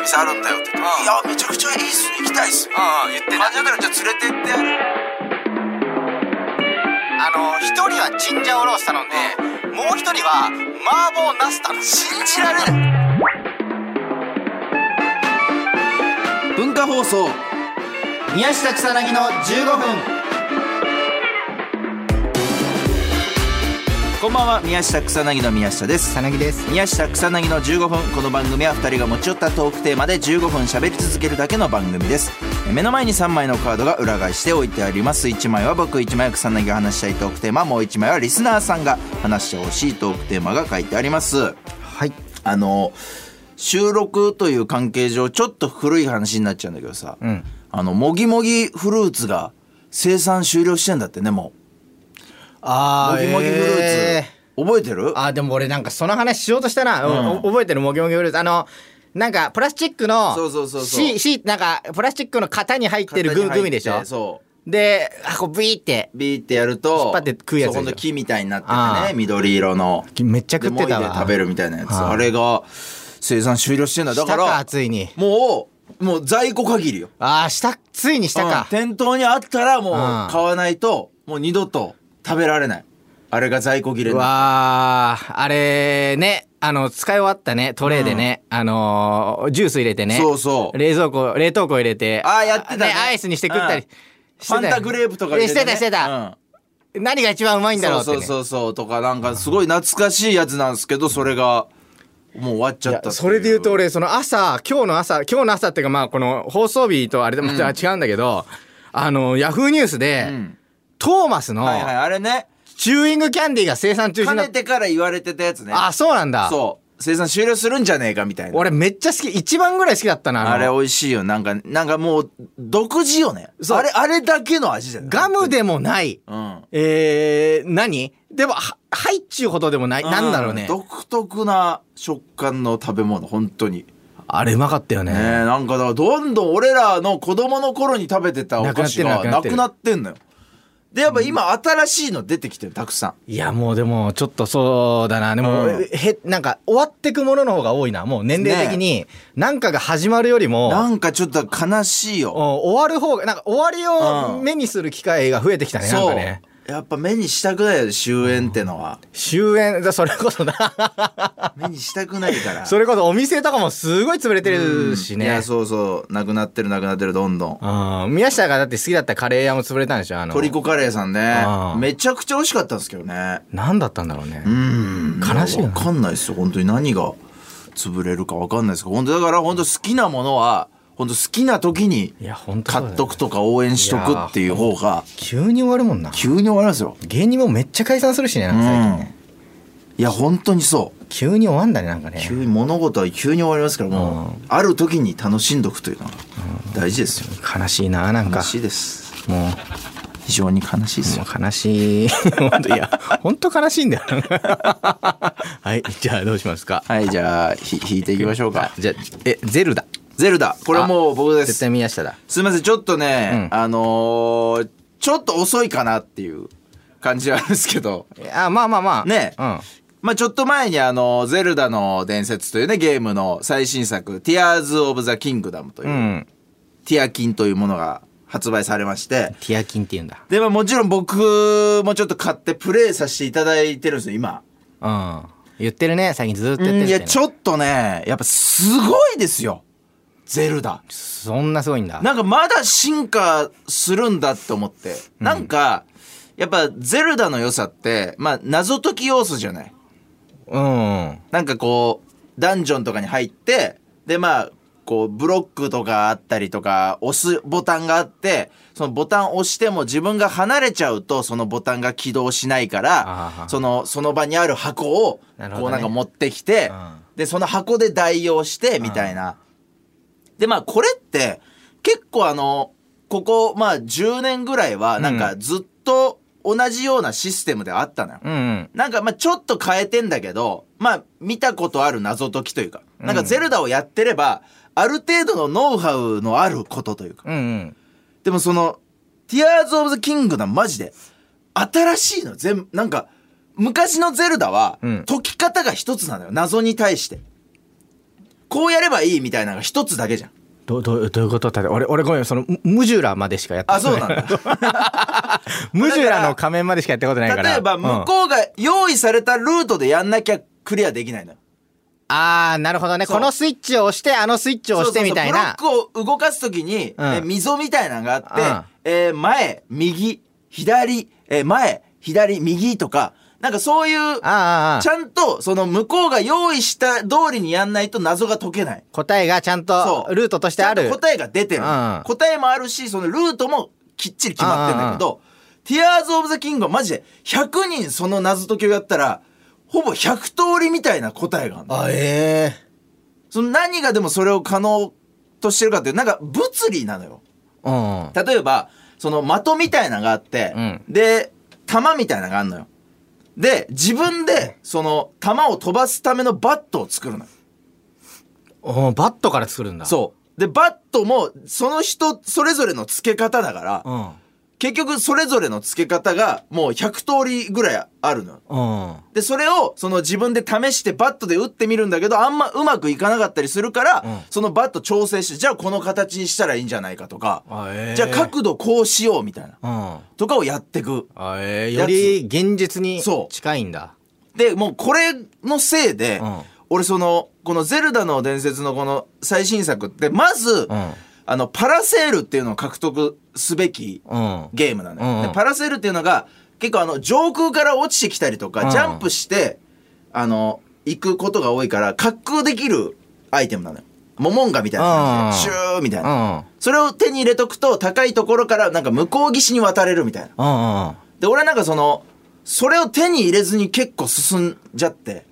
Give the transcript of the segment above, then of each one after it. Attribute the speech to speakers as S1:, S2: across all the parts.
S1: 店あるんだよって言って
S2: うん
S1: いやめちゃくちゃいいっす行きたいっす
S2: ああ言って
S1: マ
S2: な
S1: ネージャーからじゃあ連れてってやる
S3: あの一人はチンジャオロース頼んでもう一人は麻婆ナス頼む信じられない
S4: 文化放送
S3: 宮下草薙の15分
S4: こんばんは宮下草薙の宮下です
S3: 草薙です
S4: 宮下草薙の15分この番組は2人が持ち寄ったトークテーマで15分喋り続けるだけの番組ですえ目の前に3枚のカードが裏返して置いてあります1枚は僕1枚は草薙が話したいトークテーマもう1枚はリスナーさんが話してほしいトークテーマが書いてあります
S3: はい
S4: あの収録という関係上ちょっと古い話になっちゃうんだけどさ、
S3: ん
S4: あのもぎもぎフルーツが生産終了してんだってねもう
S3: あ
S4: もぎもぎフルーツ、覚えてる
S3: あーでも俺なんかその話しようとしたな、うん
S4: うん
S3: お覚えてるもぎもぎフルーツあのなんかプラスチックの
S4: そうそうそうそう
S3: ししなんかプラスチックの型に入ってる
S4: 型
S3: グ
S4: に入
S3: ミグミ
S4: って
S3: でしょ
S4: そう
S3: であこうビーって
S4: ビーってやると
S3: 引っ張って食うやつでしょ
S4: そうほんと木みたいになって
S3: あ
S4: て
S3: あ
S4: ね緑色の
S3: きめっちゃ食ってたわ
S4: でもいで食べるみたいなやつ
S3: は
S4: あ
S3: あ
S4: れが生産終了してんだだ
S3: し
S4: か
S3: たからついに
S4: もうもう在庫限りよ
S3: ああしたついにした
S4: うん
S3: か、
S4: 店頭にあったらもう
S3: ああ
S4: 買わないともう二度と食べられないあれが在庫切れ
S3: う
S4: になる
S3: わーあれねあの使い終わったねトレーでね、あのージュース入れてね
S4: そうそう
S3: 冷蔵庫冷凍庫入れて
S4: あーやってたね
S3: アイスにして食ったり
S4: うん
S3: して
S4: ファンタグレープとか入
S3: 入
S4: れ
S3: れ
S4: て
S3: て、
S4: ね
S3: ね、してたしてた、
S4: うん
S3: 何が一番うまいんだろうって、ね、
S4: そうそうそうとかなんかすごい懐かしいやつなんですけどそれがもう終わっちゃ
S3: い
S4: った
S3: や
S4: っていう
S3: それで言うと俺その朝今日の朝今日の朝っていうかまあこの放送日とあれでも違うんだけど、あのヤフーニュースで、
S4: うん
S3: トーマスの
S4: はいはいあれね
S3: チューイングキャンディーが生産中止
S4: か
S3: になっ
S4: ね
S3: て、
S4: てから言われてたやつね
S3: あそうなんだ
S4: そう生産終了するんじゃねえかみたいな
S3: 俺めっちゃ好き一番ぐらい好きだったな
S4: あれ
S3: の
S4: 美味しいよなんかなんかもう独自よね
S3: そう
S4: あれあれだけの味だよね
S3: ガムでもない
S4: うん
S3: えー、何でもはハイっちゅうほどでもない、なんだろう
S4: う
S3: ね
S4: 独特な食感の食べ物本当に
S3: あれうまかったよね
S4: ねえなんかだからどんどん俺らの子供の頃に食べてたお菓子
S3: な
S4: がな
S3: くなって
S4: く
S3: る
S4: なってんのよでやっぱ今新しいの出てきてるたくさん
S3: いやもうでもちょっとそうだなでも、
S4: うん
S3: へなんか終わってくものの方が多いなもう年齢的になんかが始まるよりも、
S4: なんかちょっと悲しい
S3: うん
S4: よ
S3: 終わる方がなんか終わり
S4: う
S3: を
S4: ん
S3: 目にする機会が増えてきたね、なん
S4: そ
S3: か
S4: う
S3: ね
S4: やっぱ目にしたくないよね終焉ってのは
S3: 終焉だそれこ そな
S4: 目にしたくないから
S3: それこそお店とかもすごい潰れてるし
S4: い
S3: ね
S4: や、そうそうなくなってるなくなってるどんどん
S3: うん、宮下がだって好きだったカレー屋も潰れたんでしょあの
S4: トリコカレーさんね
S3: あー
S4: めちゃくちゃ美味しかったんですけどね
S3: 何だったんだろうね
S4: うん
S3: 悲しいな
S4: わかんないですよ本当に何が潰れるかわかんないですけど本当だから本当好きなものは本当好きな時に
S3: いや本当そうだ
S4: 買
S3: よ
S4: っ
S3: ね
S4: とくとか応援しとくっていう方が
S3: 急に終わるもんな
S4: 急に終わりますよ
S3: 芸人もめっちゃ解散するしねなん
S4: う
S3: か最近
S4: ん
S3: ね、
S4: いや本当にそう
S3: 急に終わんだねなんかね
S4: 急に物事は急に終わりますからもうある時に楽しんどくというのが大事ですよ
S3: 悲しいななん
S4: 悲
S3: か
S4: しいです
S3: もう
S4: 非常に悲しいですよ
S3: もう悲しい 本当いや本当悲しいんだよ はいじゃあどうしますか
S4: はいじゃあひ引いていきましょうか
S3: じゃあえゼルダ
S4: ゼルダこれもう僕です
S3: 絶対宮下だ
S4: すいませんちょっとね、
S3: うん
S4: あのーちょっと遅いかなっていう感じはあるんですけど
S3: あまあまあまあ
S4: ね
S3: うん
S4: まあちょっと前にあの「ゼルダの伝説」というねゲームの最新作「Tears of the Kingdom」という、
S3: うん
S4: ティアキンというものが発売されまして
S3: ティアキンって言うんだ
S4: でまあもちろん僕もちょっと買ってプレイさせていただいてるんですよ今
S3: うん言ってるね最近ずーっと
S4: う
S3: やってるっ
S4: んい
S3: てね
S4: やちょっとねやっぱすごいですよゼルダ
S3: そんなすごいんだ
S4: なんかまだ進化するんだって思って。なんか、やっぱゼルダの良さって、まあ謎解き要素じゃない。
S3: うんうん
S4: なんかこう、ダンジョンとかに入って、でまあ、こうブロックとかあったりとか、押すボタンがあって、そのボタンを押しても自分が離れちゃうと、そのボタンが起動しないか
S3: あ
S4: ら、
S3: ー
S4: その、その場にある箱を
S3: なる、ほ
S4: こ
S3: ど
S4: う
S3: ね
S4: なんか持ってきて、
S3: うん
S4: で、その箱で代用して、みたいな。で、まあ、これって、結構あの、ここ、まあ、10年ぐらいは、なんかずっと同じようなシステムではあったのよ。
S3: うん
S4: なんか、まあ、ちょっと変えてんだけど、まあ、見たことある謎解きというか、なんかゼルダをやってれば、ある程度のノウハウのあることというか。
S3: うんうん
S4: でもその、Tears of the Kingdom マジで、新しいの全部、なんか、昔のゼルダは
S3: うん、
S4: 解き方が一つなのよ。謎に対して。こうやればいいみたいなのが一つだけじゃん
S3: どどどういうことだって俺俺ごめんそのムムジュラまでしかやった
S4: あ
S3: こと
S4: そう
S3: ない
S4: なんだ
S3: ムジュラの仮面までしかやったことないから
S4: 例えば
S3: うん
S4: 向こうが用意されたルートでやんなきゃクリアできないのよ
S3: ああなるほどね
S4: そう
S3: このスイッチを押してあのスイッチを押してみたいな
S4: そうそうそうブロックを動かすときに、
S3: うん
S4: え溝みたいなのがあって、えー前右左、えー前左右とかなんかそういう
S3: ああああ
S4: ちゃんとその向こうが用意した通りにやんないと謎が解けない
S3: 答えがちゃんと
S4: そう
S3: ルートとしてあ
S4: ちゃ
S3: る
S4: んと答えが出てる、
S3: うん
S4: 答えもあるしそのルートもきっちり決まってんだけど「ティアーズ・オブ・ザ・キング」はマジで100人その謎解きをやったらほぼ100通りみたいな答えがあるの
S3: あえ
S4: その何がでもそれを可能としてるかっていうなんか物理なのよ
S3: えうん
S4: 例えばその的みたいなのがあって、
S3: うん
S4: で弾みたいなのがあるのよで自分でその弾を飛ばすためのバットを作るのよ
S3: おーバットから作るんだ
S4: そうでバットもその人それぞれの付け方だから、
S3: うんうん
S4: 結局それぞれの付け方がもう100通りぐらいあるのよでそれをその自分で試してバットで打ってみるんだけどあんまうまくいかなかったりするから、
S3: うん
S4: そのバット調整してじゃあこの形にしたらいいんじゃないかとか、
S3: あええ
S4: じゃあ角度こうしようみたいな
S3: うんあ
S4: とかをやってく
S3: ええ
S4: や
S3: よ
S4: つ
S3: り現実に
S4: そう
S3: 近いんだ
S4: でもうこれのせいで、
S3: うん
S4: 俺そのこの「ゼルダの伝説」のこの最新作ってまず、
S3: うん
S4: あのパラセールっていうのを獲得すべき
S3: うん
S4: ゲームなのよ、
S3: うんうん
S4: でパラセールっていうのが結構あの上空から落ちてきたりとか、
S3: うん
S4: ジャンプしてあの行くことが多いから滑空できるアイテムなのよモモンガみたいな感じで、
S3: うん
S4: シューみたいうな、
S3: んうん
S4: それを手に入れとくと高いところからなんか向こう岸に渡れるみたいな
S3: うんうん
S4: で俺はなんかそのそれを手に入れずに結構進んじゃって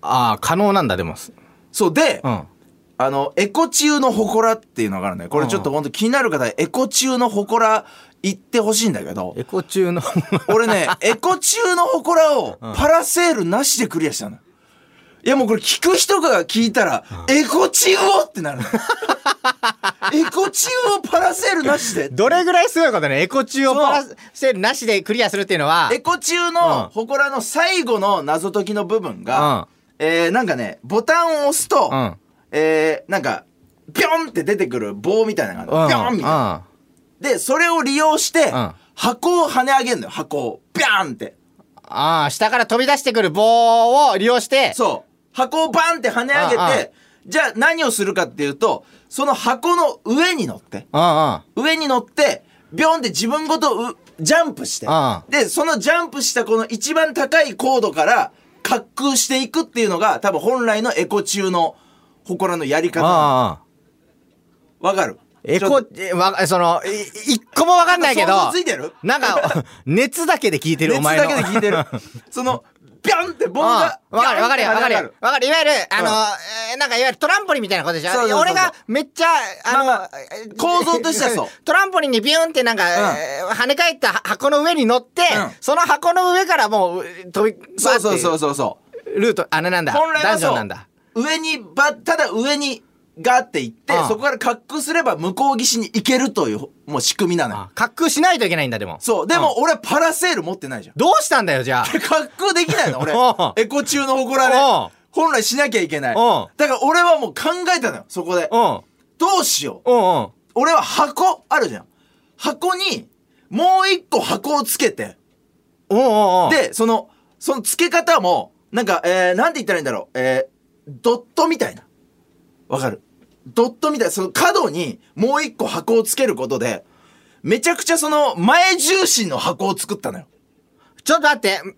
S3: ああ可能なんだでも
S4: そうで、
S3: うん
S4: あのエコ中の祠っていうのがあるのよこれちょっと本当気になる方はエコ中の祠行ってほしいんだけど
S3: エコ中の
S4: 俺ね、エコ中の祠をパラセールなしでクリアしたの。いやもうこれ聞く人が聞いたら、エコ中をって なるの。エコ中をパラセールなしで。
S3: どれぐらいすごいことねエコ中を
S4: そう
S3: パラセールなしでクリアするっていうのは
S4: エコ中の祠の最後の謎解きの部分が、えー、なんかね、ボタンを押すと、
S3: うん
S4: えー、なんか、ピョンって出てくる棒みたいなの
S3: う
S4: があ
S3: ん
S4: るの、ピョンみたいな。で、それを利用して、
S3: ん
S4: 箱を跳ね上げるのよ、箱を。ピョンって。
S3: ああ、下から飛び出してくる棒を利用して、
S4: そう。箱をバンって跳ね上げて、
S3: ああああ
S4: じゃあ何をするかっていうと、その箱の上に乗って、
S3: うんうん。
S4: 上に乗って、ビョンって自分ごとうジャンプして
S3: ああ、
S4: で、そのジャンプしたこの一番高い高度から滑空していくっていうのが、多分本来のエコ中の祠のやり方なの。
S3: ああ。
S4: わかる
S3: エ
S4: ちょっ
S3: コ
S4: と、
S3: えわ、その、い一個もわかんないけど、
S4: 想像ついてる
S3: なん か、熱だけで聞いてる、お
S4: 熱
S3: 前
S4: だ
S3: の。。
S4: けで聞いてるその、ビョンって
S3: うん
S4: 棒
S3: わ
S4: が、
S3: かるわかるよわかるよわかるいわゆるあの
S4: うん
S3: えーなんかいわゆるトランポリンみたいなことでしょ
S4: そうそうそう
S3: 俺がめっちゃあ
S4: まあ
S3: のえー
S4: 構造としてはそう
S3: トランポリンにビューンってなんか
S4: うん
S3: えー跳ね返った箱の上に乗って
S4: うん
S3: その箱の上からもう飛び
S4: そうそうそううそうそう。
S3: ルートあれなんだ
S4: 本来
S3: ダ
S4: は
S3: ンジョ
S4: そ
S3: ン
S4: う
S3: なんだ
S4: 上にばただ上にガーって行って
S3: ああ
S4: そこから滑空すれば向こう岸に行けるというもう仕組みなのよ
S3: あ滑空しないといけないんだでも
S4: そうでも俺パラセール持ってないじゃん
S3: どうしたんだよ じゃあ
S4: 滑空できないの俺
S3: ああ
S4: エコ中の祠
S3: ああ
S4: で本来しなきゃいけないだ
S3: ああ
S4: から俺はもう考えたのよそこで
S3: うん
S4: どうしよ
S3: う
S4: う
S3: んうん
S4: 俺は箱あるじゃん箱にもう一個箱をつけて
S3: うんうんうん
S4: でそのその付け方もなんか、えー、なんて言ったらいいんだろう、えー、ドットみたいなわかるドットみたいなその角にもう一個箱をつけることでめちゃくちゃその前重心の箱を作ったのよ
S3: ちょっと待ってむ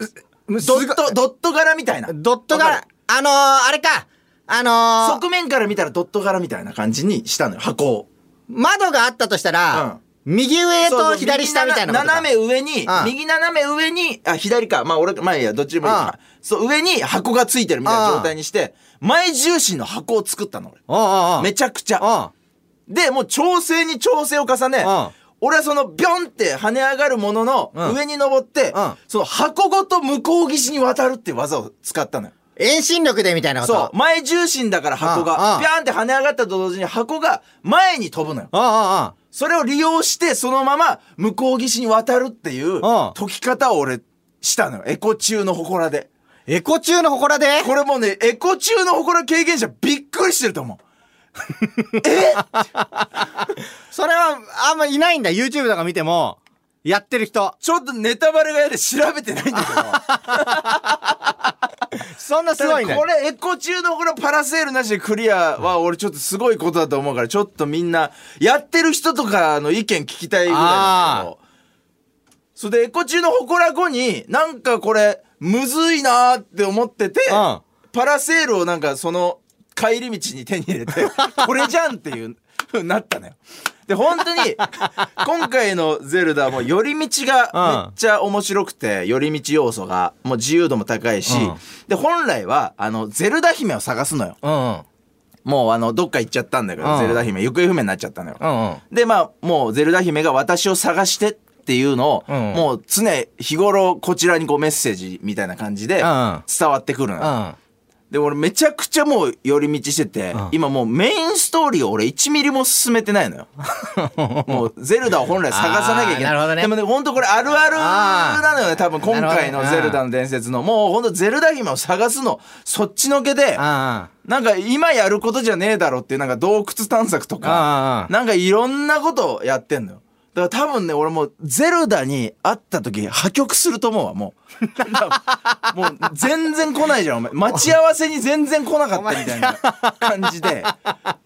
S3: むす
S4: ド
S3: ごい
S4: ットドット柄みたいな
S3: ドット
S4: わ
S3: が
S4: かる
S3: あのー、あれかあのー、
S4: 側面から見たらドット柄みたいな感じにしたのよ箱を
S3: 窓があったとしたら、右上
S4: そうそ
S3: と
S4: う
S3: 左下みたいなことか
S4: 右斜め上に、
S3: うん
S4: 右斜め上に、あ、左か。まあ俺、まあいいや、どっちでもいいか。そう、上に箱がついてるみたいな状態にして、前重心の箱を作ったの、俺。
S3: おうおうおう
S4: めちゃくちゃ。
S3: おう
S4: で、もう調整に調整を重ね
S3: うん、
S4: 俺はそのビョンって跳ね上がるもの
S3: う
S4: の
S3: ん
S4: 上に登って
S3: うん、
S4: その箱ごと向こう岸に渡るっていう技を使ったのよ。
S3: 遠心力でみたいなこと
S4: そう、前重心だから箱
S3: う
S4: が、
S3: ん
S4: ビャンって跳ね上がったと同時に箱が前に飛ぶのよ。
S3: おうお
S4: それを利用してそのまま向こう岸に渡るっていう
S3: ああ
S4: 解き方を俺したのよエコ中の祠で
S3: うおうエコ中の祠で
S4: これもうねエコ中の祠経験者びっくりしてると思う
S3: それはあんまいないんだ YouTube とか見てもやってる人
S4: ちょっとネタバレが嫌で調べてないんだけど
S3: そんなすごい
S4: た
S3: ね
S4: だこれエコ中のこのパラセールなしでクリアは俺ちょっとすごいことだと思うからちょっとみんなやってる人とかの意見聞きたいぐらいなんだけどそれでエコ中の祠後になんかこれむずいなーって思ってて、
S3: うん
S4: パラセールをなんかその帰り道に手に入れて これじゃんっていう風になったのよ。で本 当に今回の「ゼルダ」も寄り道がめっちゃ面白くて、寄り道要素がもう自由度も高いし、
S3: うん
S4: で本来はあのゼルダ姫を探すのよ
S3: うんうん
S4: もうあのどっか行っちゃったんだけど、
S3: うん
S4: ゼルダ姫行方不明になっちゃったのよ、
S3: うんうん
S4: でまあもうゼルダ姫が私を探してっていうのを、
S3: うん
S4: もう常日頃こちらにこうメッセージみたいな感じで
S3: う
S4: 伝
S3: ん
S4: わってくるのよ、
S3: うん
S4: で俺めちゃくちゃもう寄り道してて、
S3: ん
S4: 今もうメインストーリーを俺1ミリも進めてないのよもうゼルダを本来探さなきゃいけな
S3: あーな
S4: い
S3: るほどね
S4: でもね本当これあるあるなのよね多分今回
S3: なるほど
S4: の「
S3: ね
S4: ゼルダの伝説の」もう本当ゼルダ姫を探すのそっちのけで
S3: あ
S4: なんか今やることじゃねえだろっていうなんか洞窟探索と
S3: あ
S4: か
S3: ー
S4: なんかいろんなことをやってんのよだから多分ね俺もうゼルダに会った時破局すると思うわもう もう全然来ないじゃんお前待ち合わせに全然来なかったみたいな感じで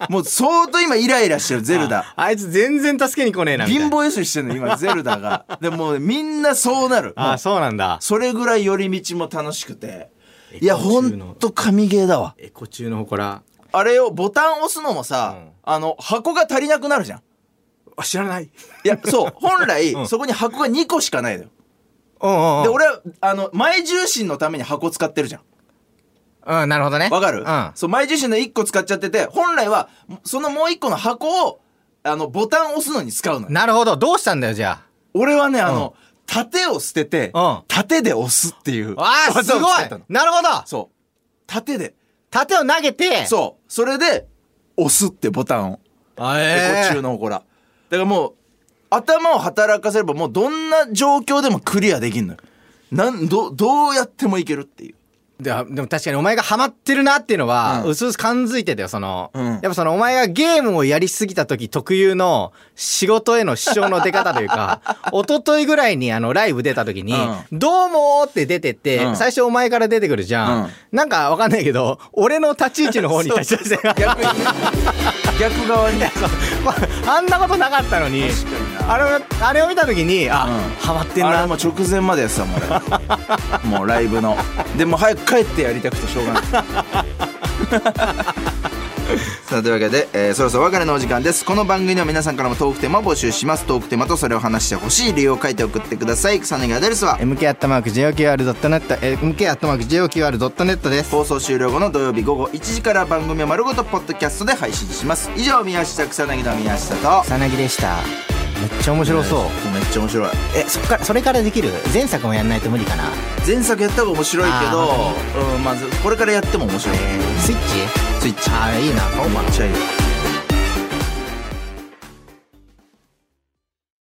S4: もう相当今イライラしてるゼルダ
S3: あいつ全然助けに来ねえなみたいな
S4: 貧乏ゆすりしてんの今ゼルダがでもうみんなそうなるも
S3: あ
S4: う
S3: あそうなんだ
S4: それぐらい寄り道も楽しくてい
S3: い
S4: やほんと神ゲーだわ
S3: エコ中の祠
S4: あれをボタン押すのもさ、
S3: うん
S4: あの箱が足りなくなるじゃん
S3: あ知らない
S4: いやそう 本来、
S3: ん
S4: そこに箱が2個しかないのよ
S3: うんうん
S4: で俺はあの前重心のために箱使ってるじゃん
S3: うんなるほどね
S4: わかる、
S3: う
S4: そう前重心の1個使っちゃってて本来はそのもう1個の箱をあのボタン押すのに使うの
S3: ん
S4: よ
S3: なるほどどうしたんだよじゃあ
S4: 俺はねあの、縦を捨てて、
S3: うん
S4: 縦で押すっていう
S3: ああす
S4: 技
S3: ご
S4: を
S3: い
S4: 使ったの
S3: なるほど
S4: そう縦で
S3: 盾を投げてう
S4: そうそれで押すってボタンをエ
S3: え
S4: コ中のほらだからもう頭を働かせればもうどんな状況でもクリアできんのよなんどどうやってもいけるっていう
S3: ででも確かにお前がハマってるなっていうのは、
S4: うん
S3: うすうす感づいてたよその、
S4: うん
S3: やっぱそのお前がゲームをやりすぎた時特有の仕事への支障の出方という か一昨日ぐらいにあのライブ出た時に「どうも」って出てって、
S4: うん
S3: 最初お前から出てくるじゃん、
S4: うん
S3: なんかわかんないけど俺の立ち位置の方に立ち出して
S4: 逆にね逆側に
S3: あんなことなかったのにあれをあれを見た時にあ、
S4: うん
S3: ハマってん
S4: あれ
S3: な
S4: もう直前までやってたもん俺 もうライブのでもう早く帰ってやりたくてしょうが ないさあというわけで、えーそろそろお別れのお時間ですこの番組では皆さんからもトークテーマを募集しますトークテーマとそれを話してほしい理由を書いて送ってください草薙アドレスは
S3: mk.joqr.net mk.joqr.net です
S4: 放送終了後の土曜日午後1時から番組を丸ごとポッドキャストで配信します以上宮下草薙の宮下と
S3: 草薙でしためっちゃ面白そう
S4: めっちゃ面白い
S3: えそっからそれからできる前作もやんないと無理かな
S4: 前作やった方が面白いけ
S3: あ
S4: どうんまずこれからやっても面白い
S3: スイッチ
S4: スイッチ
S3: ああいいな
S4: あめっちゃいい